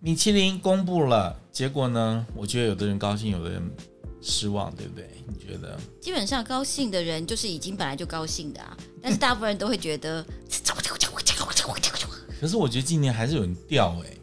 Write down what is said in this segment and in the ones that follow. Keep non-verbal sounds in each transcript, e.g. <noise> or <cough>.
米其林公布了，结果呢？我觉得有的人高兴，有的人失望，对不对？你觉得？基本上高兴的人就是已经本来就高兴 <laughs> 的啊，但是大部分人都会觉得，可是我觉得今年还是有人掉哎、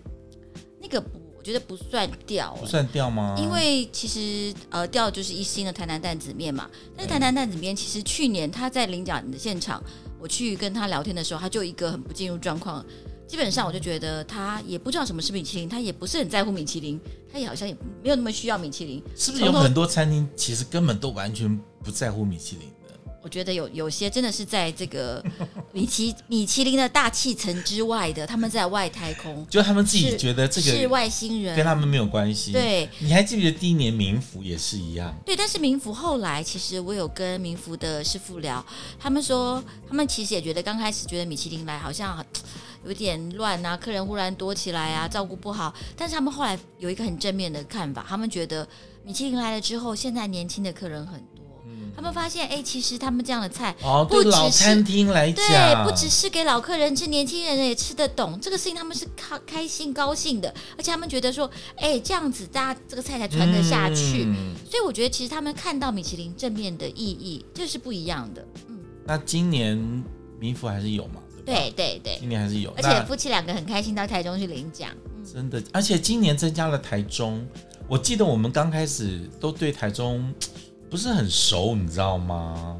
那个不，我觉得不算掉、不欸算嗯掉吗？因为其实呃掉就是一星的台南担子面嘛，但是对台南担子面其实去年他在领奖的现场，我去跟他聊天的时候，他就一个很不进入状况。基本上我就觉得他也不知道什么是米其林，他也不是很在乎米其林，他也好像也没有那么需要米其林。是不是有很多餐厅其实根本都完全不在乎米其林的？我觉得有有些真的是在这个米其米其林的大气层之外的，他们在外太空，就他们自己是觉得这是个外星人。跟他们没有关系。，对你还记不记得第一年民服也是一样？对，但是民福后来，其实我有跟民福的师傅聊，他们说他们其实也觉得刚开始觉得米其林来好像很有点乱啊，客人忽然多起来啊，照顾不好。但是他们后来有一个很正面的看法，他们觉得米其林来了之后，现在年轻的客人很多，他们发现哎，其实他们这样的菜。哦，不对只是老餐厅来对，讲，不只是给老客人吃，年轻人也吃得懂这个事情，他们是开开心高兴的，而且他们觉得说，哎，这样子大家这个菜才传得下去。嗯所以我觉得其实他们看到米其林正面的意义，这是不一样的。啊那今年民服还是有嘛？对不对？对对对，今年还是有，而那且夫妻两个很开心到台中去领奖。嗯，真的，而且今年增加了台中。我记得我们刚开始都对台中不是很熟，你知道吗？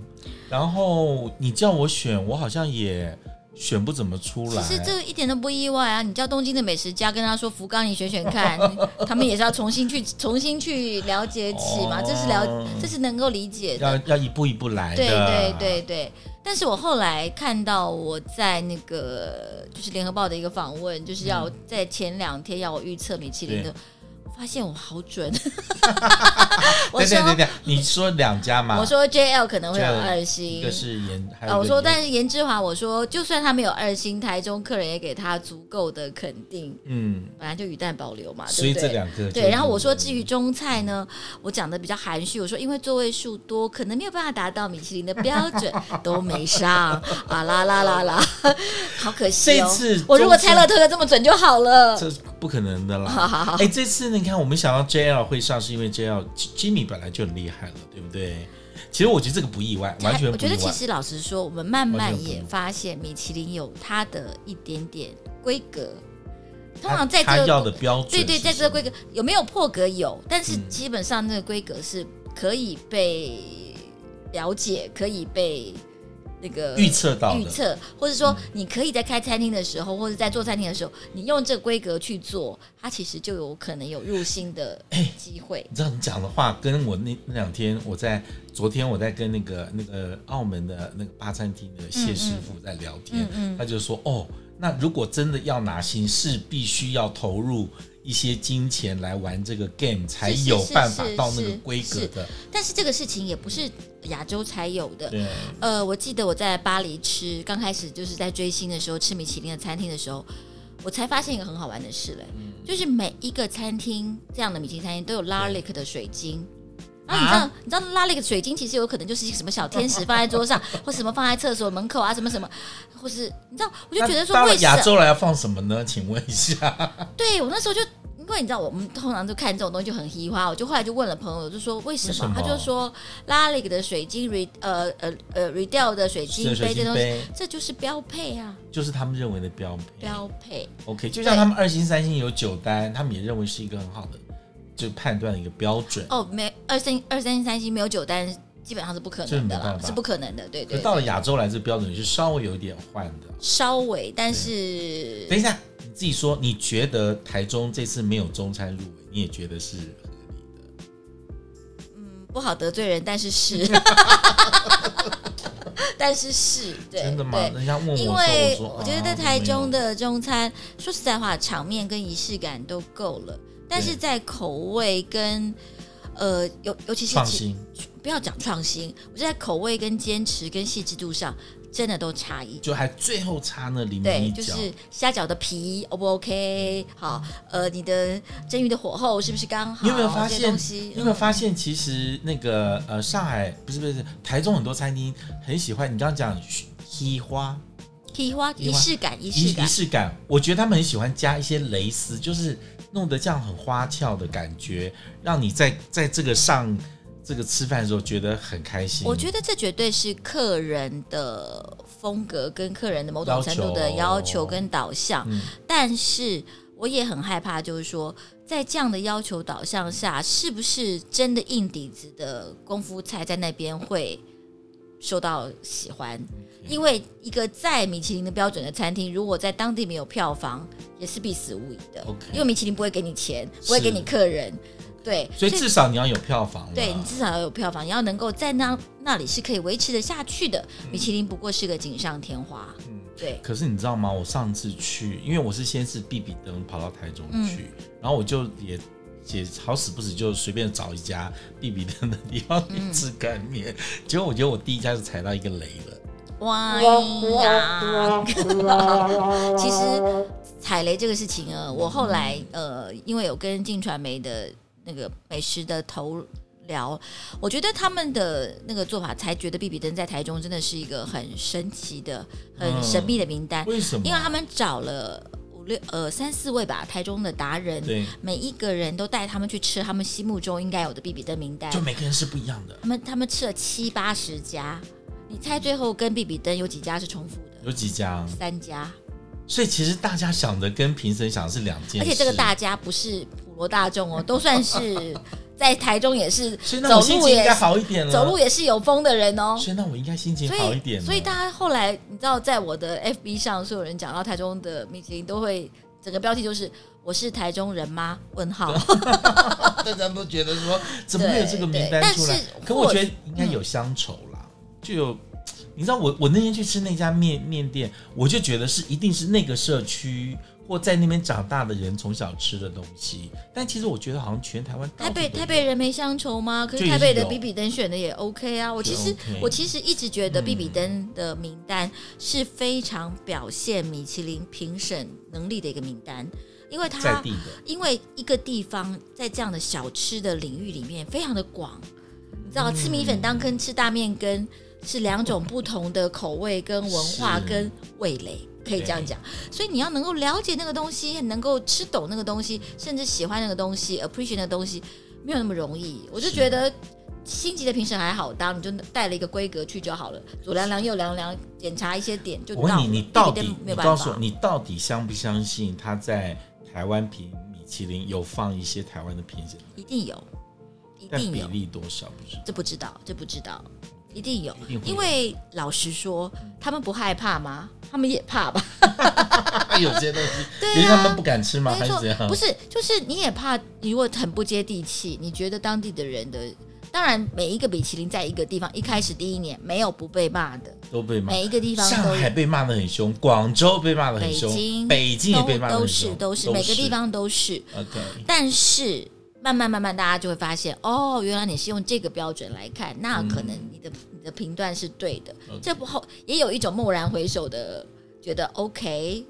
然后你叫我选，我好像也选不怎么出其来。实这个一点都不意外啊！你叫东京的美食家跟他说福冈，你选选 <laughs> 看，他们也是要重新去重新去了解起嘛，哦这是了这是能够理解要的。要一步一步来的。对对对对，但是我后来看到我在那个就是联合报的一个访问，就是嗯要在前两天要我预测米其林的，我发现我好 <laughs> 准。我对对说对对，你说两家嘛，我说 JL 可能会有 JL 二一星个，是盐，还有呃，一我个说盐但是颜志华，我说就算他没有二星，台中客人也给他足够的肯定，嗯，本来就鱼蛋保留嘛，所啊对以不这对？两个就对，然后我说至于中菜呢，我讲的比较含蓄，我说因为座位数多，可能没有办法达到米其林的标准，都没上 <laughs> 啊啦啦啦啦，好可惜哦。这次我如果中猜乐透的这么准就好了。这是不可能的啦。好好好哎、这次你看，我们想到 JL 会上，是因为 JL J- Jimmy 本来就很厉害了，对不对？其实我觉得这个不意外，完全我不觉意得其外。实老实说，我们慢慢完全不意也外发现米其林有它的一点点规格。通他常在他这要个的标准是对什么，对，在这个规格有没有破格有，但是嗯基本上那个规格是可以被了解，可以被那个预测到的预测，或者说你可以在开餐厅的时候，或者在做餐厅的时候，你用这个规格去做，它其实就有可能有入心的机会。你知道你讲的话，跟我那那两天我在昨天我在跟那个那个澳门的那个巴餐厅的嗯谢师傅在聊天，他就说哦，那如果真的要拿星，是必须要投入一些金钱来玩这个 game，才是是有是办法是到那个是规格是的。但是这个事情也不是亚洲才有的，对，呃，我记得我在巴黎吃，刚开始就是在追星的时候吃米其林的餐厅的时候，我才发现一个很好玩的事嘞，嗯就是每一个餐厅这样的米其林餐厅都有 Lalique 的水晶。然后你知道，啊你知道拉了一个水晶，其实有可能就是一个什么小天使放在桌 <laughs> 上，或什么放在厕所门口啊，什么什么，或是你知道，我就觉得那说到了为什亚么？洲来要放什么呢？ <laughs> 请问一下，对我那时候就，因为你知道，我们通常就看这种东西就很稀花，我就后来就问了朋友，我就说为什么？为什么他就说拉了一个的水晶 re 呃呃呃 re 掉的水晶水杯这晶东西，杯这就是标配啊，就是他们认为的标配。标配。 OK，就像他们二星、三星有九单，他们也认为是一个很好的，就判断的一个标准。哦，没二三二三三星没有九单，基本上是不可这能没的啦办，法是不可能的。对可对是到了对亚洲来，这标准是稍微有点换的。稍微，但是等一下，你自己说，你觉得台中这次没有中餐入围，你也觉得是合理的？不好得罪人，但是 <laughs> 是，但是是，对，真的吗？对人家问我因说，为说，哦啊我觉得在台中的中餐，说实在话，场面跟仪式感都够了，但是在口味跟呃，尤尤其是创其新，不要讲创新，我觉得在口味跟坚持跟细致度上，真的都差异。就还最后差那临门对，一就脚。是虾饺的皮 O 不 OK？好，呃，你的蒸鱼的火候是不是刚好？你有没有发这些现东西？你有没有嗯发现，其实那个呃，上海不是不是台中很多餐厅很喜欢你刚刚讲西花，提嗯花仪式感，仪仪式仪感，式感，我觉得他们很喜欢加一些蕾丝，就是弄得这样很花俏的感觉，让你在在这个上这个吃饭的时候觉得很开心。我觉得这绝对是客人的风格跟客人的某种程度的要求要求跟导向，嗯但是我也很害怕，就是说在这样的要求导向下，是不是真的硬底子的功夫菜在那边会受到喜欢？因为一个在米其林的标准的餐厅，如果在当地没有票房，也是必死无疑的。 OK 因为米其林不会给你钱，是不会给你客人，对，所以至少你要有票房嘛，对你至少要有票房，你要能够在那那里是可以维持得下去的。米其林不过是个锦上添花，嗯对，可是你知道吗？我上次去，因为我是先是必比登跑到台中嗯去，然后我就也也好死不死就随便找一家必比登的地方去吃干面，嗯结果我觉得我第一家就踩到一个雷了。哇哎呀！其 <laughs> 实踩雷这个事情啊，我后来呃，因为有跟进传媒的那个美食的头聊，我觉得他们的那个做法才觉得比比登在台中真的是一个很神奇的、很神秘的名单，为什么？嗯因为他们找了五六呃三四位吧台中的达人，对，每一个人都带他们去吃他们心目中应该有的比比登名单，就每个人是不一样的。他们他们吃了七八十家，你猜最后跟比比登有几家是重复的？有几家？三家，所以其实大家想的跟评审想的是两件事，而且这个大家不是普罗大众哦，都 <laughs> 算是在台中也是所以那走我心路情应也该好一点了。走路也是有风的人哦。所以那我应该心情所好一以点了。哦所以大家后来你知道，在我的 FB 上，所有人讲到台中的米其林，都会整个标题就是“我是台中人吗？”问号。大家都觉得说，怎么会有这个名单出来对对但？是嗯可我觉得应该有乡愁啦，就有。你知道我我那天去吃那家面面店，我就觉得是一定是那个社区或在那边长大的人从小吃的东西，但其实我觉得好像全台湾到台处北都台北人没乡愁吗？可就是也台北的有比比登选的也 OK 啊。我就其实 OK 嗯我其实一直觉得比比登的名单是非常表现米其林评审能力的一个名单，因为在它地的，因为一个地方在这样的小吃的领域里面非常的广，你知道吃米粉嗯当跟吃大面羹是两种不同的口味跟文化嗯是跟味蕾。可以这样讲，所以你要能够了解那个东西，能够吃懂那个东西，甚至喜欢那个东西，appreciate 那个东西，没有那么容易。我就是觉得星级的评审还好当，你就带了一个规格去就好了，左量量右量量，检查一些点就我到了。问你，你到别的底没你有办法。告诉我，你到底相不相信他在台湾评米其林有放一些台湾的评审，一定有，一但定比有。例多少不 <laughs> 知道？这不知道，这不知道，一定有，一定会有嗯因为老实说，他们不害怕吗？他们也怕吧？ <laughs> 哎有些东西，对啊因为他们不敢吃吗？还没是错怎样？，不是，就是你也怕，你如果很不接地气，你觉得当地的人的，当然每一个米其林在一个地方一开始第一年没有不被骂的，都被骂。每一个地方上都海有。被骂得很凶，广州被骂得很北凶，北京、也被骂得很都都凶是，都是每个地。方都是， OK，但是慢慢慢慢，大家就会发现，哦，原来你是用这个标准来看，那可能你的、你的评断是对的。嗯 OK 这不后也有一种蓦然回首的，觉得 OK，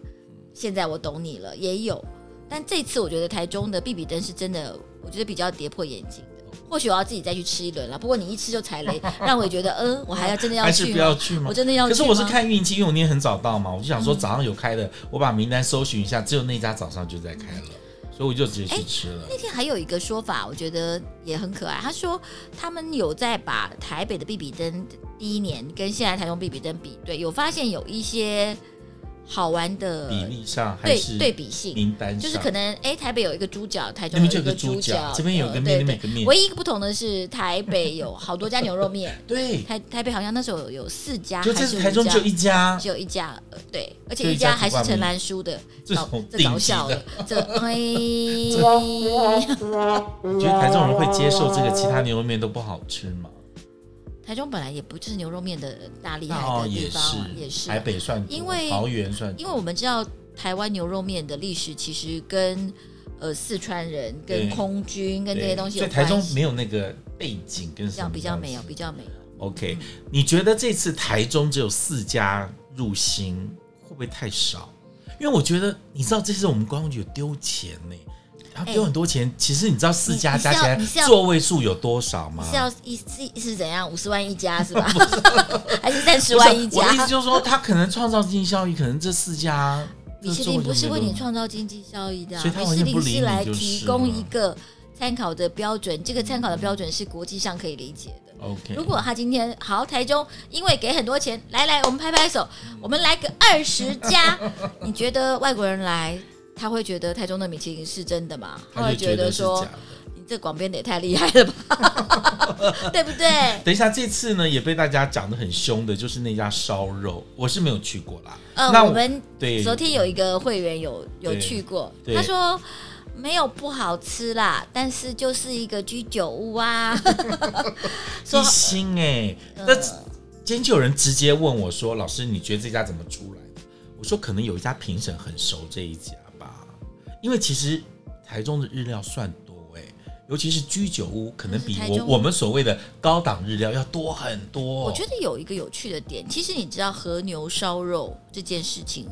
现在我懂你了，也有。但这次我觉得台中的比比登是真的，我觉得比较跌破眼镜哦的。或许我要自己再去吃一轮了，不过你一吃就踩雷，让我也觉得，嗯、我还要真的要还是去不吗？要去吗我？真的要去可吗？嗯是我是看运气，因为我那天很早到嘛，我就想说早上有开的，我把名单搜寻一下，只有那家早上就在开了，嗯所以我就直哎接去吃了。那天还有一个说法，我觉得也很可爱。他说他们有在把台北的比比登第一年跟现在台中比比登比对，有发现有一些好玩的比例上还对是对比性，名单上，就是可能哎、台北有一个猪脚，台那中边有就一有个猪猪脚脚，，这边有个呃面，那对边有对个面，唯一一个不同的是台北有好多家牛 <laughs> 肉面，对，台台北好像那时候有有四家，就还这是次五台中家就一家，只有一家，呃对，而就且一一家家还是煮饭陈面兰书的，这搞种哦这顶搞级笑的了， <laughs> 这哎。觉得台中人会接受这个，其他牛肉面都不好吃吗？台中本来也不是牛肉面的大厉那害哦的地也方是啊，也是啊台北算多，因为桃园算多，因为我们知道台湾牛肉面的历史其实跟呃四川人、跟对空军、跟这对些东西所有以台中关系，没有那个背景跟这什么样比较东没有，西比较没有。 OK，、你觉得这次台中只有四家入新，会不会太少？因为我觉得，你知道这次我们观光局有丢钱呢、他丢很多钱，其实你知道四家哎你加起来你是要座位数有多少吗？是要一是是怎样？五十万一 <laughs> 家是吧？ <laughs> 还是三十万一不是我的意家思？就是说，他可能创造经济效益，可能这四家米其这座林位不是就为没你多创造经济效益的、啊，所以他米完其全不林理你是来就是提供了一个参考的标准，这个参考的标准是国际上可以理解的。 OK。如果他今天好，台中因为给很多钱，来来，我们拍拍手，嗯我们来个二十 <laughs> 家，你觉得外国人来，他会觉得台中的米其林是真的吗？他会就觉得得是说假的。你这广编的也太厉害了吧， <laughs> 对不对？等一下，这次呢也被大家讲的很凶的，就是那家烧肉，我是没有去过啦。呃，那我们对昨天有一个会员有有对去过，对他说没有不好吃啦，但是就是一个居酒 <laughs> 屋啊，说一星哎、呃那今天就有人直接问我说：“老师，你觉得这家怎么出来的？”我说：“可能有一家评审很熟这一家吧，因为其实台中的日料算多哎、尤其是居酒屋，可能比但是嗯台我中我们所谓的高档日料要多很多。我觉得有一个有趣的点，其实你知道和牛烧肉这件事情，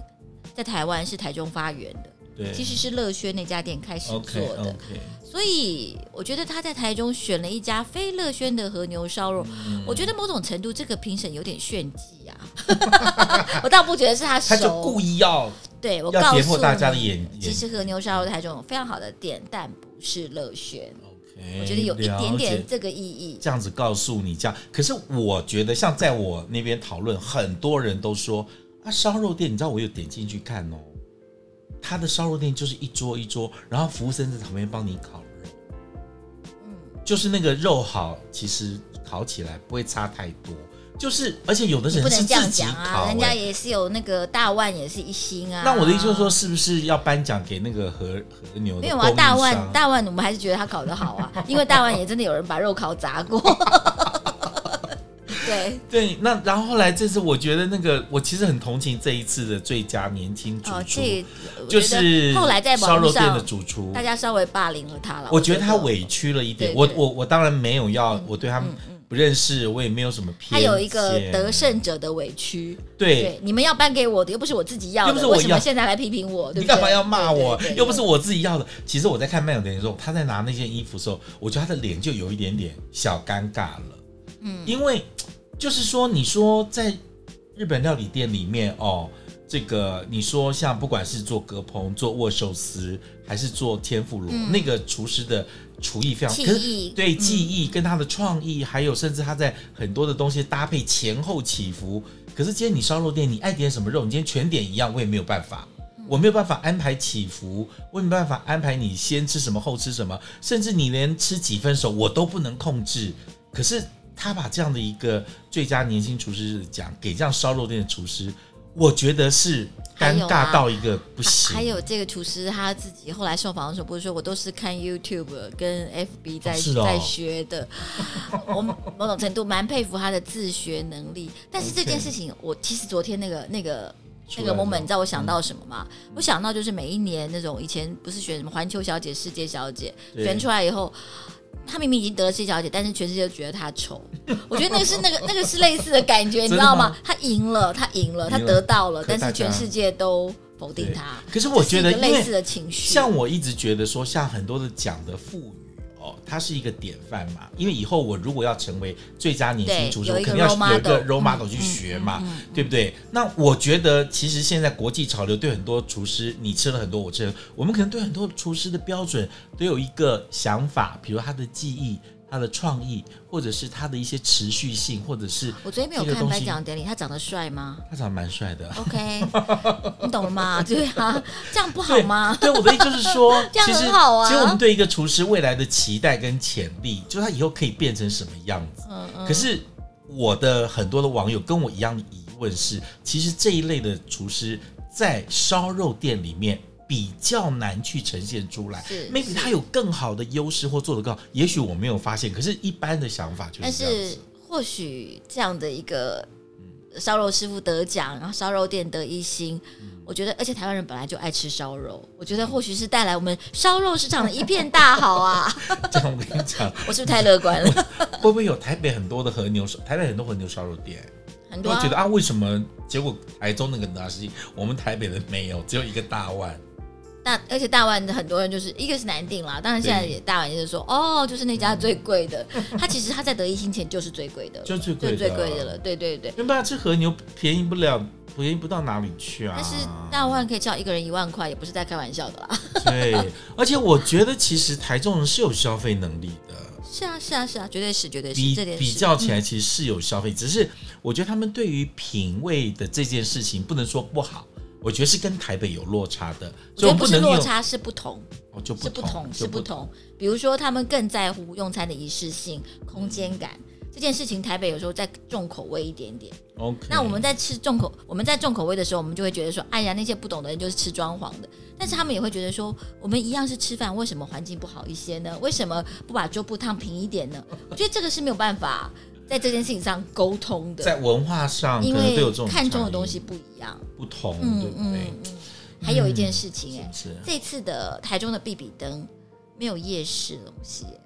在台湾是台中发源的，对，其实是乐轩那家店开始做 OK 嗯的 OK，所以我觉得他在台中选了一家非乐轩的和牛烧肉，嗯我觉得某种程度这个评审有点炫技啊， <laughs> 我倒不觉得是他他熟，就故意要对我要告跌诉破大家的你眼眼其实和牛烧肉台中有非常好的店，但不是乐轩， OK，我觉得有一点哎了解点这个意义。这样子告诉你这样。可是我觉得，像在我那边讨论，很多人都说啊，烧肉店，你知道我有点进去看哦，他的烧肉店就是一桌一桌，然后服务生在旁边帮你烤肉，嗯，就是那个肉好，其实烤起来不会差太多。就是，而且有的你不人是能这样自己讲烤、啊，欸人家也是有那个大腕，也是一星啊。那我的意思就是说，，是不是要颁奖给那个和和牛的没供应商？有啊，大腕大腕，我们还是觉得他烤得好 <laughs> 啊，因为大腕也真的有人把肉烤砸过。对，对，那然后后来这次我觉得那个，我其实很同情这一次的最佳年轻主厨，哦，这我就觉得是后来在烧网肉络店的上，主厨大。家稍微霸凌了他了。我觉得他伪。委屈了一点，对我对嗯我我当然没有要，我对他们不认识，我也没有什么偏他见。有一个得胜者的委屈，对，你们要颁给我的，又不是我自己要的，又不是我要为什么现在来批评我？对你不对干嘛要骂我对对？对又不是我自己要的。其实我在看漫游的时候，他在拿那件衣服的时候，我觉得他的脸就有一点点小尴尬了。嗯，因为就是说，你说在日本料理店里面哦，这个你说像不管是做隔棚、做握寿司，还是做天妇罗，嗯那个厨师的厨艺非常技可是艺对嗯技艺跟他的创意，还有甚至他在很多的东西搭配前后起伏。可是今天你烧肉店，你爱点什么肉，你今天全点一样，我也没有办法。我没有办法安排起伏，我没有办法安排你先吃什么后吃什么，甚至你连吃几分熟我都不能控制。可是他把这样的一个最佳年轻厨师的奖给这样烧肉店的厨师，我觉得是尴尬到一个不行。啊还有这个厨师他自己后来受访的时候，不是说我都是看 YouTube 跟 FB 在、哦是哦在学的，我某种程度蛮佩服他的自学能力。但是这件 OK 事情我其实昨天那个那个出那来嗯了个 moment，你知道我想到什么吗？我想到就是每一年那种以前不是选什么环球小姐、世界小姐，对选出来以后。她明明已经得了世界小姐，但是全世界都觉得她丑。 <laughs> 我觉得那个是那个那个是类似的感觉，你知真的道吗吗？她赢了，她赢了，她赢了得到了，可但大是全家世界都否定对她。可是我觉得，这因是一个类似为的情绪，像我一直觉得说，像很多的奖的赋予哦，它是一个典范嘛。因为以后我如果要成为最佳年轻厨师，对有我肯一个定要 role 有一个 model role 嗯 model 去学嘛，对不对？那我觉得，其实现在国际潮流对很多厨师，你吃了很多，我吃了，我们可能对很多厨师的标准都有一个想法，比如他的技艺。他的创意，或者是他的一些持续性，或者是我昨天没有这个看东颁西奖典礼，他长得帅吗他长得蛮帅的，啊？OK，你懂了吗？ <laughs> 对啊，这样不好对 <laughs> 吗？对，我的意思就是说， <laughs> 这样其实很好啊其实我们对一个厨师未来的期待跟潜力，就是他以后可以变成什么样子。嗯嗯，可是我的很多的网友跟我一样的疑问是，其实这一类的厨师在烧肉店里面。比较难去呈现出来是，maybe 是他有更好的优势或做得更好，也许我没有发现。可是，一般的想法就但是这样是子。嗯或许这样的一个烧肉师傅得奖，然后烧肉店得一星。我觉得，而且台湾人本来就爱吃烧肉，我觉得或许是带来我们烧肉市场的一片大 <laughs> 好啊！ <laughs> 这样我跟你讲，我是不是太乐 <laughs> 观了？会不会有台北很多的和牛烧，台北很多和牛烧肉店？很多、我啊、觉得啊，为什么结果台中那个拿西，我们台北的没有，只有一个大腕？大而且大湾的很多人就是一个是难定啦，当然现在也大碗也是说哦，就是那家最贵的， <laughs> 它其实它在得意新前就是最贵的了，嗯就最贵对的啊最贵的了，对对对。因为这和牛便宜不了，便宜不到哪里去啊。但是大碗可以叫一个人一万块，也不是在开玩笑的啦。 <laughs> 对，而且我觉得其实台中人是有消费能力的，是啊是啊是啊，绝对是绝对是，比这点比是较起来其实是有消费，只是我觉得他们对于品味的这件事情不能说不好，我觉得是跟台北有落差的，我觉所以得不不是能落用差，是不同，哦就是不不同同，是不不。同。比如说，他们更在乎用餐的仪式性、空间感嗯这件事情，台北有时候再重口味一点点。 OK，那我们在吃重口，我们在重口味的时候，我们就会觉得说，哎呀，那些不懂的人就是吃装潢的。但是他们也会觉得说，我们一样是吃饭，为什么环境不好一些呢？为什么不把桌布烫平一点呢？ <laughs> 我觉得这个是没有办法在这件事情上沟通的，在文化上可因能为都有这种看重差的异东西不一样。不同，对嗯不嗯对？嗯。还有一件事情、哎、是这次的台中的必比登没有夜市的东西耶，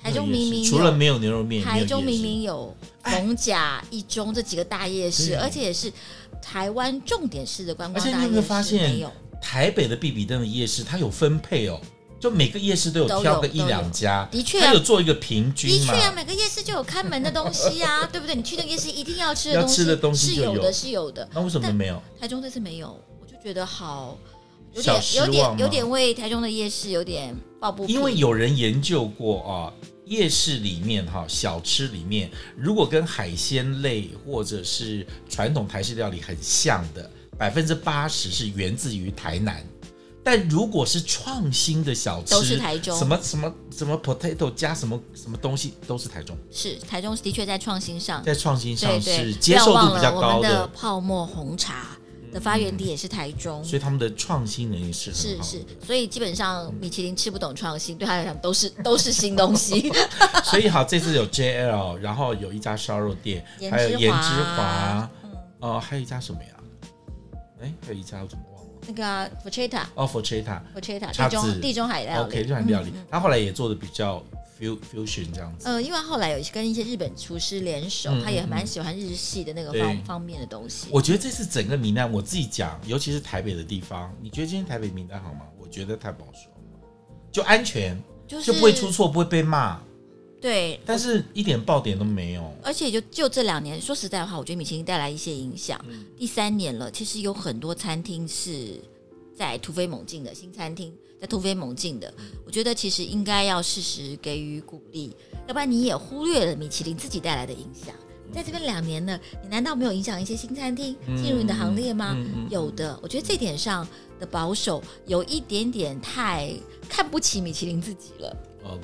台中那也是明明除了有没有牛肉面，也没有台中夜市明明有逢甲、一中这几个大夜对市，啊而且也是台湾重点式的观光而且大夜你市，有没有发现没有台北的必比登的夜市，它有分配哦，就每个夜市都有都有挑个都一有两家，的确啊它有做一个平均的确嘛。啊，每个夜市就有看门的东 <laughs> 西啊，对不对？你去那个夜市一定要吃的要东西，吃的东西是就有有的，是有的。那为什么没有？台中这次没有，我就觉得好有小点失有望点吗有点为台中的夜市有点抱不平，因为有人研究过啊，夜市里面哈、小吃里面，如果跟海鲜类或者是传统台式料理很像的，百分之八十是源自于台南。但如果是创新的小吃，都是台中什么什么什么 potato 加什么什么东西，都是台中，是台中的确在创新上在创新对上对，是不接要受忘度了比较我高们的的，嗯泡沫红茶的发源地也是台中，所以他们的创新能力是很是好的。是，所以基本上米其林吃不懂创新，对他来讲都是都是新 <laughs> 东西。 <laughs> 所以好，这次有 JL，然后有一家烧肉店，颜还有之颜之华嗯华，哦、还有一家什么呀？哎，还有一家我怎么忘了？那个啊 Pochetta 哦 f o r c h e t a Pochetta 叉地子中地中海料 OK，理。嗯日韩料理，他后来也做的比较 fu- fusion 这样子。呃，因为后来有跟一些日本厨师联手，嗯他也蛮喜欢日系的那个对方方面的东西。我觉得这次整个闽南，我自己讲，尤其是台北的地方，你觉得今天台北闽南好吗？我觉得太保守了，就安全，就是就不会出错，不会被骂，对，但是一点爆点都没有。而且就就这两年，说实在话，我觉得米其林带来一些影响。嗯第三年了，其实有很多餐厅是在突飞猛进的，新餐厅在突飞猛进的。嗯我觉得其实应该要适时给予鼓励，要不然你也忽略了米其林自己带来的影响。嗯在这边两年了，你难道没有影响一些新餐厅进入你的行列吗？嗯嗯有的，我觉得这点上的保守有一点点太看不起米其林自己了， OK，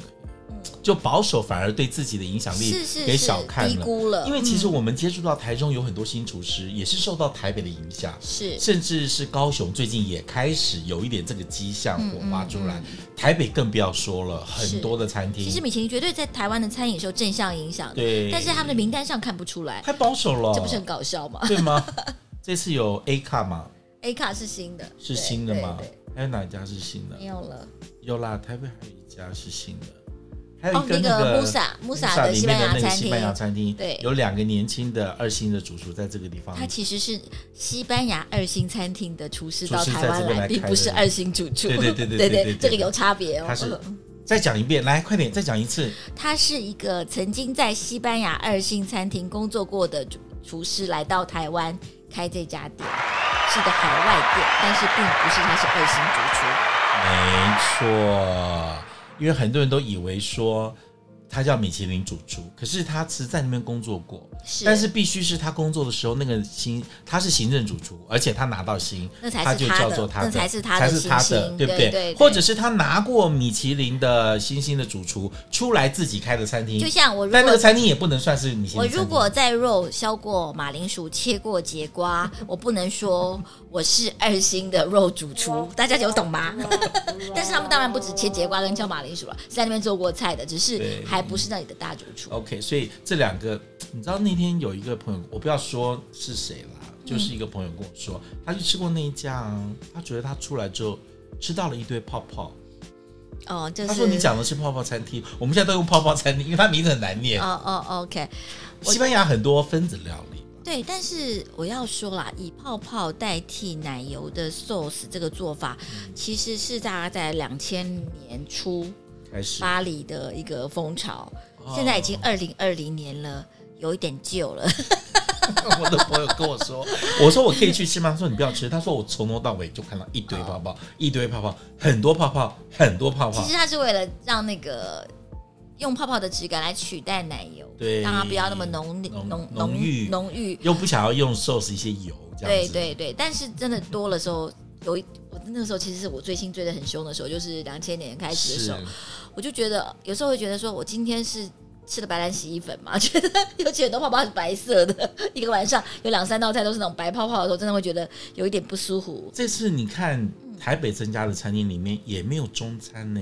就保守反而对自己的影响力嗯是是给是小看低了。估了，嗯因为其实我们接触到台中有很多新厨师，也是受到台北的影响，是甚至是高雄最近也开始有一点这个迹象火花出嗯来。台北更不要说了，很多的餐厅其实米其林绝对在台湾的餐饮是有正向影响的，嗯对哦但是他们的名单上看不出来，太保守了，这不是很搞 <laughs> 笑吗对 <laughs> 吗？这次有 A 卡嘛， ？A 卡是新的，是对新的吗嗯对对？嗯还有哪一家是新的没？有了。有啦，台北还有一家是新的，还有哦一，个那个个 Musa Musa 萨的里西面班的那牙个餐西班牙厅，餐厅，对有两个年轻的二星的主厨在这个地方它其实是西班牙二星餐厅的厨师到厨师在台湾这边来来，并开不是的二星主厨。对对 <laughs> 对对对对对这个有差别哦。他是再讲一遍，来，快点，再讲一次。他是一个曾经在西班牙二星餐厅工作过的厨厨师，来到台湾开这家店，是个海外店，但是并不是他是二星主厨。没错，因为很多人都以为说他叫米其林主厨，可是他其实在那边工作过，是但是必须是他工作的时候那个薪，他是行政主厨，而且他拿到薪，那才是他就他叫的做他的，那才是他的才是他星的，星对不对对对或者是他拿过米其林的星星的主厨出来自己开的餐厅，就像我如但那果个餐厅也不能算是米其林我餐厅。如果在肉削过马铃薯、切过节瓜，我不能说我是二星的肉主厨，大家有懂吗？ <laughs> 但是他们当然不止切节瓜跟削马铃薯了，是在那边做过菜的，只是对哦还不是那里的大主厨。 OK，所以这两个，你知道那天有一个朋友，我不要说是谁啦，嗯就是一个朋友跟我说，他去吃过那一家啊，他觉得他出来之后吃到了一堆泡泡。哦，就他是说你讲的是泡泡餐厅，我们 <laughs> 现在都用泡泡餐厅，因为它名字很难念。哦哦哦，OK，我西班牙很多分子料理嘛，对，但是我要说啦，以泡泡代替奶油的 sauce 这个做法，其实是大概在两千年初开始巴黎的一个风潮，哦现在已经二零二零年了，有一点旧了。 <laughs> 我的朋友跟我说，我说我可以去吃吗？他说你不要吃。他说我从头到尾就看到一堆泡泡，一堆泡泡，很多泡泡，很多泡嗯其泡实。它是为了让那个用泡泡的质感来取代奶油，对让它不要那么浓浓浓浓郁浓郁。又不想要用 sauce 一些油，这样对子。对对，但是真的多了时候，有一我那个时候其实是我追星追的很凶的时候，就是两千年开始的时是候，我就觉得有时候会觉得说我今天是。吃了白兰洗衣粉嘛， <laughs> 觉得尤其很多泡泡是白色的，一个晚上有两三道菜都是那种白泡泡的时候，真的会觉得有一点不舒服。这次你看台北增加的餐厅里面也没有中餐呢、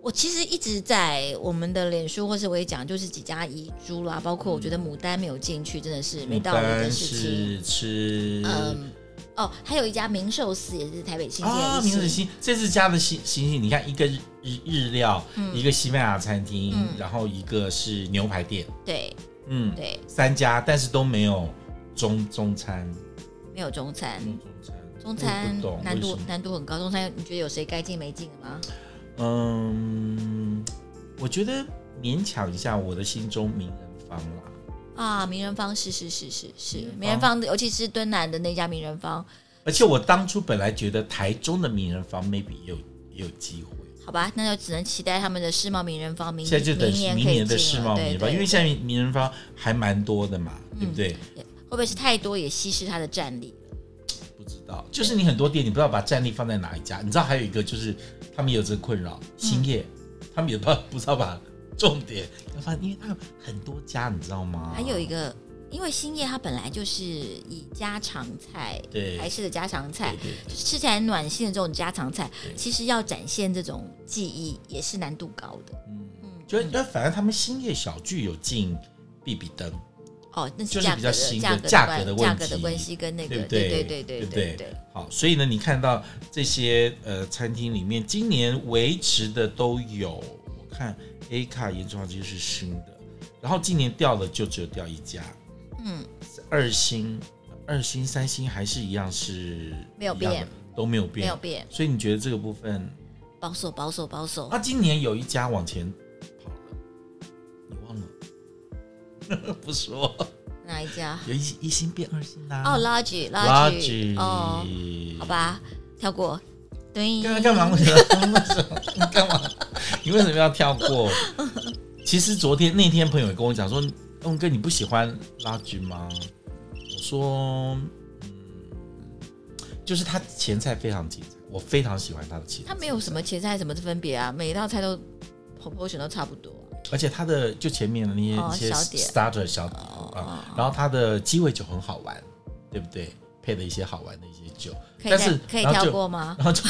我其实一直在我们的脸书或是我也讲，就是几家遗珠啦，包括我觉得牡丹没有进去，真的是没牡道理的丹事情。是吃嗯，哦，还有一家明寿司也是台北新店啊，的明日一星，星这次加的星星星，你看一个日日日料，嗯一个西班牙餐厅，然后一个是牛排店，对嗯，嗯对，三家，但是都没有中中餐，没有中餐没，有中餐，嗯中餐我不懂难度为什么难度很高，中餐你觉得有谁该进没进的吗？嗯，我觉得勉强一下我的心中名人坊啦，啊，名人坊是是是是是名人，坊名人坊的，尤其是敦南的那家名人坊，而且我当初本来觉得台中的名人坊 maybe 也有也有机会。好吧，那就只能期待他们的世贸名人坊明现在就等年明可以年的进世了贸对名人坊，对嗯因为现在名人坊还蛮多的嘛，对不对？会不会是太多也稀释它的战力？不知道，就是你很多店，你不知道把战力放在哪一家。你知道还有一个就是他们有这个困扰，嗯兴业，他们也不知道不知道把重点要放，因为他有很多家，你知道吗？还有一个，因为兴业它本来就是以家常菜，对台式的家常菜对，对就是吃起来暖心的这种家常菜对，其实要展现这种技艺也是难度高的。就就反正他们兴业小聚有进必比登，哦，那就是价比格较的新价的格价关格的价问格的题关系跟那个对不对对对对对不对对好，所以呢，你看到这些呃餐厅里面，今年维持的都有，我看 A 卡严重其就是新的，然后今年掉的就只有掉一家，嗯，二星、二星、三星还是一样是没有一样的变，都没有变，没有变，所以你觉得这个部分，保守保守保守啊，今年有一家往前跑了，你忘 <laughs> 了？不说，哪一家？有一一星变二星啦、哦 l o g i l o Lodge，g i 哦，好吧，跳过。对，干嘛干嘛？为什么？为什么？你干嘛？你为什么要跳过？其实昨天那天朋友也跟我讲说，翁哥你不喜欢拉锯吗？我说，嗯，就是他前菜非常精彩，我非常喜欢他的前菜它，没有什么前菜什么的分别啊，每一道菜都 proportion 都差不多啊、而且他的就前面的那些、哦一些小点 starter 小点啊，然后他的鸡尾酒很好玩，对不对？配了一些好玩的一些酒，可以但跳是可以然后跳就过吗？然后就，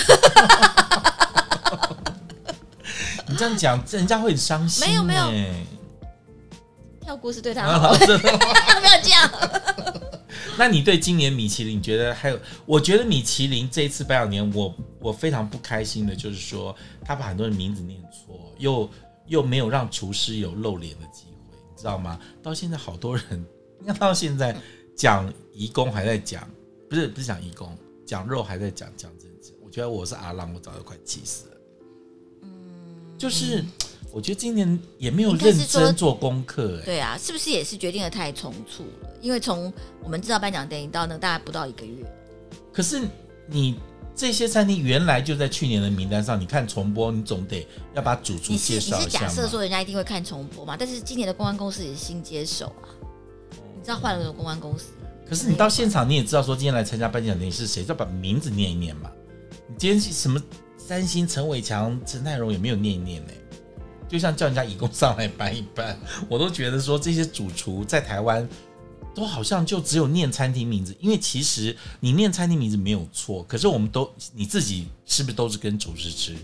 你这样讲，人家会很伤心、没有没有欸，跳过是对他然 <laughs> <laughs> 好，后真的。不要这样。那你对今年米其林，你觉得还有？我觉得米其林这一次百老年，我我非常不开心的就是说，他把很多人名字念错，又又没有让厨师有露脸的机会，你知道吗？到现在好多人，你看到现在讲移工还在讲，不是不是讲移工，讲肉还在讲讲政治。我觉得我是阿郎，我早就快气死了。就是我觉得今年也没有嗯应该认是说真做功课、哎， <laughs> 对啊，是不是也是决定的太匆促了？因为从我们知道颁奖典礼到那个大概不到一个月，可是你这些餐厅原来就在去年的名单上，你看重播，你总得要把主厨你是介你绍是一下假设嘛。说人家一定会看重播嘛？但是今年的公关公司也是新接手啊，你知道换了什么公关公司？可是你到现场，你也知道说今天来参加颁奖典礼是谁，就把名字念一念嘛。你今天是什么三星陈伟强、陈泰荣有没有念一念呢、就像叫人家义工上来搬一搬，我都觉得说这些主厨在台湾都好像就只有念餐厅名字，因为其实你念餐厅名字没有错，可是我们都你自己是不是都是跟厨师吃？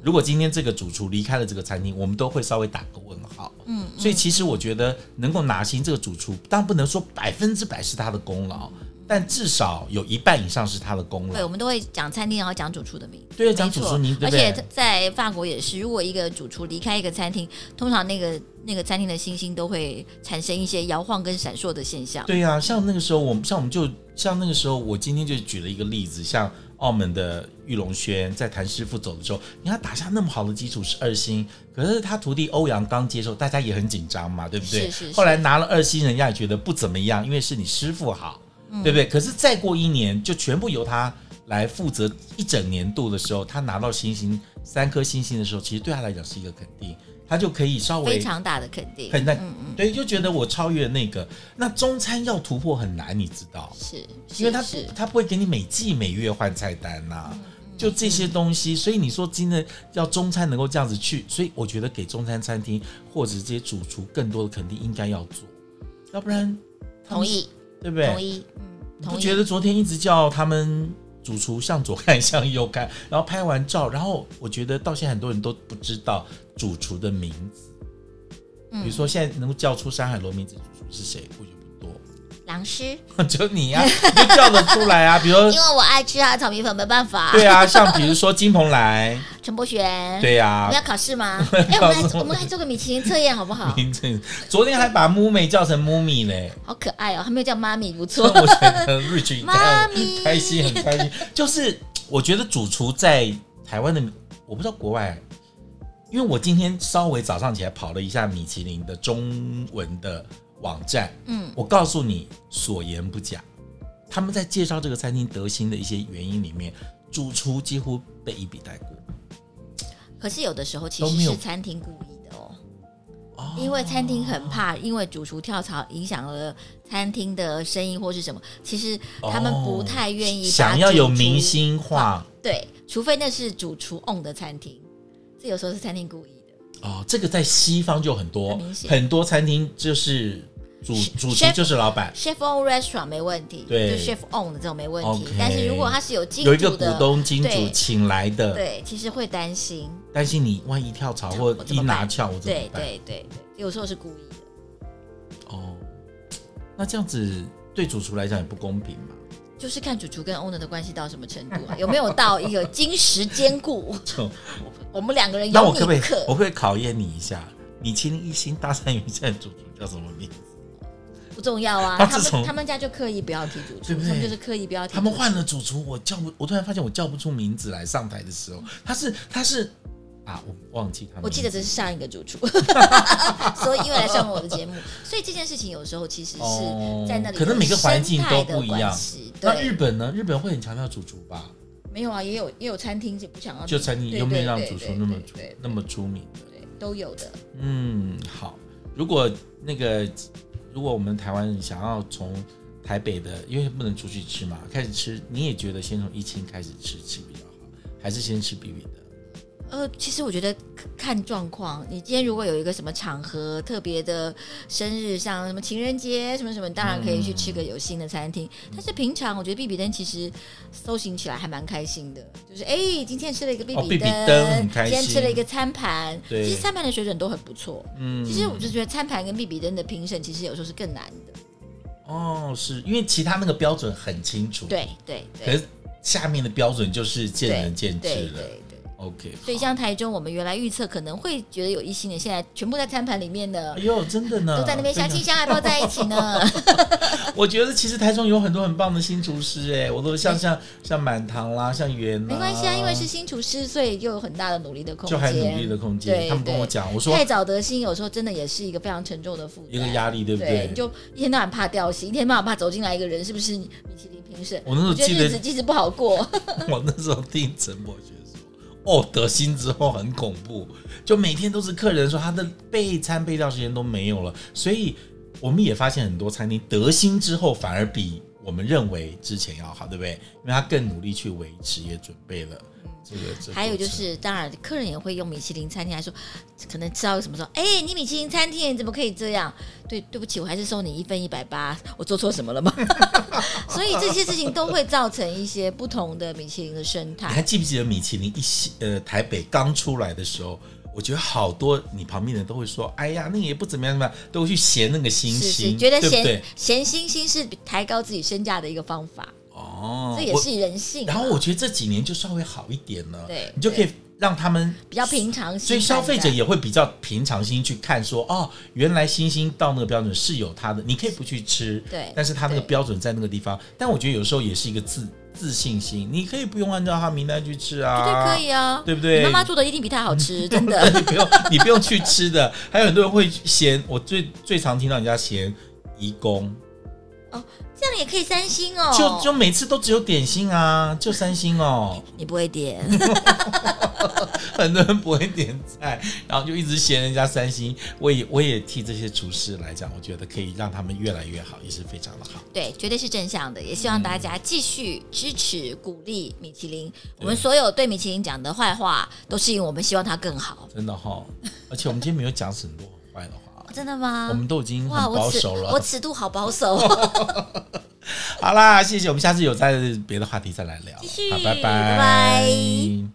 如果今天这个主厨离开了这个餐厅，我们都会稍微打个问号。嗯，所以其实我觉得能够拿星这个主厨，当然不能说百分之百是他的功劳，但至少有一半以上是他的功对，我劳。们都会讲餐厅，然后讲主厨的名。对，没讲主厨错名，对而不且对？在法国也是，如果一个主厨离开一个餐厅，通常那个那个餐厅的星星都会产生一些摇晃跟闪烁的现象。对呀、像那个时候我们，像我们就像那个时候，我今天就举了一个例子，像澳门的玉龙轩在谭师傅走的时候，你看他打下那么好的基础是二星，可是他徒弟欧阳刚接手，大家也很紧张嘛，对不对？是是是后来拿了二星，人家也觉得不怎么样，因为是你师傅好，嗯对不对？可是再过一年，就全部由他来负责一整年度的时候，他拿到星星三颗星星的时候，其实对他来讲是一个肯定，他就可以稍微非常大的肯定，很难嗯嗯，对，就觉得我超越那个。那中餐要突破很难，你知道，是，因为是他是嗯他不会给你每季每月换菜单呐、就这些东西。所以你说真的要中餐能够这样子去，所以我觉得给中餐餐厅或者这些主厨更多的肯定应该要做，要不然他们同，意，对不同对？意，嗯，你不同觉意。得昨天一直叫他们？主厨向左看，向右看，然后拍完照，然后我觉得到现在很多人都不知道主厨的名字。比嗯如，说现在能够叫出山海楼名字主厨是谁，我觉得不多，狼师，<laughs> 因就你 <laughs> 呀、你就叫得出来啊。比如说，为我爱吃啊，炒米粉没办法。对啊，像比如说金鹏来，陈柏璇，对啊呀、我们要考 <laughs> 试吗？哎，我们来，我们来做个米其林测验好不好？名字昨天还把木美叫成木米嘞，好可爱哦，他没有叫妈咪，不 <laughs> 所以错。我觉得 Rich 应该妈很咪开心，很开心。 <laughs> 就是我觉得主厨在台湾的，我不知道国外。因为我今天稍微早上起来跑了一下米其林的中文的网站，嗯，我告诉你，所言不假。他们在介绍这个餐厅得心的一些原因里面，主厨几乎被一笔带过。可是有的时候其都实没有是餐厅故意的哦。哦因为餐厅很怕，因为主厨跳槽影响了餐厅的生意或是什么，其实他们不太愿意、哦想要有明，星化对，除非那是主厨 on 的餐厅，这有时候是餐厅故意的。哦，这个在西方就很多很明显很多餐厅就是主是主厨 chef- 就是老板， Chef on restaurant 没问题，对就 Chef on 的这种没问题 OK 但是如果他是有进有一个驻股的，东金主对请来的，对，其实会担心，担心你万一跳槽或我怎一么办拿翘，我怎么对办？对对对，有时候是故意的。哦，那这样子对主厨来讲也不公平嘛。就是看主厨跟 owner 的关系到什么程度啊，有没有到一个 <laughs> 金石兼顾，啊就我们两个人那有我你可不可以不可，我会考验你一下，米其林一星大三元现在主厨叫什么名字？不重要啊。他他自们从他们家就刻意不要提主厨，对不对他们就是刻意不要提主他厨。们换了主厨，我叫不，我突然发现我叫不出名字来。上台的时候，他是他是啊，我忘记他名字。嗯我记得这是上一个 <laughs> 主厨，所以因为来上我的节目，所以这件事情有时候其实哦是在那里，可能每个环境都不一样。那日对，本呢？日本会很强调主厨吧？没有啊，也有也有餐厅是不想要就餐厅哦对有没有对让对主厨对那么对出对那么出名的？对对都有的。嗯，好。如果那个，如果我们台湾人想要从台北的，因为不能出去吃嘛，开始吃，你也觉得先从一清开始吃吃比较好，还是先吃比比的？呃，其实我觉得看状况。你今天如果有一个什么场合特别的生日，像什么情人节什么什么，当然可以去吃个有心的餐厅。嗯但是平常我觉得比比登其实搜寻起来还蛮开心的，就是哎，今天吃了一个比哦比比比登，登很开今天吃心了一个餐盘，对其实餐盘的水准都很不错。嗯，其实我就觉得餐盘跟比比登的评审其实有时候是更难的。哦，是因为其他那个标准很清楚，，对对对，可是下面的标准就是见对仁见智对了。对对。 OK，所以像台中，我们原来预测可能会觉得有一星的，现在全部在餐盘里面呢哎，呦，真的呢，都在那边相啊真亲相爱抱在一起呢。 <laughs> 的。我觉得其实台中有很多很棒的新厨师，哎，我都像像像满堂啦，像圆啦，没关系啊，因为是新厨师，所以又有很大的努力的空就间。还有努力的空间。对他们跟我讲，我说太早得心，有时候真的也是一个非常沉重的负担，一个压力，对不对你？就一天到晚怕掉戏，一天到晚怕走进来一个人是不是米其林评审。我那时候觉记日子得，其实不好过， <laughs> 我那时候听陈伯学说。哦，得心之后很恐怖，就每天都是客人说他的备餐备料时间都没有了，所以我们也发现很多餐厅得心之后反而比我们认为之前要好，对不对？因为他更努力去维持，也准备了这个。这个嗯还有过就程是，当然客人也会用米其林餐厅来说，可能吃到什么说，哎、你米其林餐厅你怎么可以这样？对，对不起，我还是收你一分一百八，我做错什么了吗？ <laughs> 所以这些事情都会造成一些不同的米其林的生态你。还记不记得米其林一星呃台北刚出来的时候，我觉得好多你旁边的人都会说，哎呀，那个也不怎么样嘛，都会去嫌那个星是星，是，觉得对不闲对？闲星星是抬高自己身价的一个方法，哦，这也我是人性啊。然后我觉得这几年就稍微好一点了，对你就可以让他们比较平常心所以消费者看待也会比较平常心去看说，哦，原来星星到那个标准是有它的，你可以不去吃，对但是它那个对标准在那个地方。但我觉得有时候也是一个自自信心，你可以不用按照他名单去吃啊，绝对可以啊，对不对你妈妈做的一定比她好吃，真的。 <laughs> 你不用 <laughs> 你不用去吃的。还有很多人会嫌，我最最常听到人家嫌义工，这样也可以三星哦。就就每次都只有点心啊，就三星哦，你不会点，很多人不会点菜，然后就一直嫌人家三星。我也我也替这些厨师来讲，我觉得可以让他们越来越好，也是非常的好。对，绝对是正向的。也希望大家嗯继续支持、鼓励米其林。我们所有对米其林讲的坏话，都是因为我们希望它更好。真的哈、而且我们今天没有讲很多很坏的话，真的吗？我们都已经哇，很保我尺守啊我了。尺度好保守。哦好啦，谢谢，我们下次有在别的话题再来聊。继续好，拜拜拜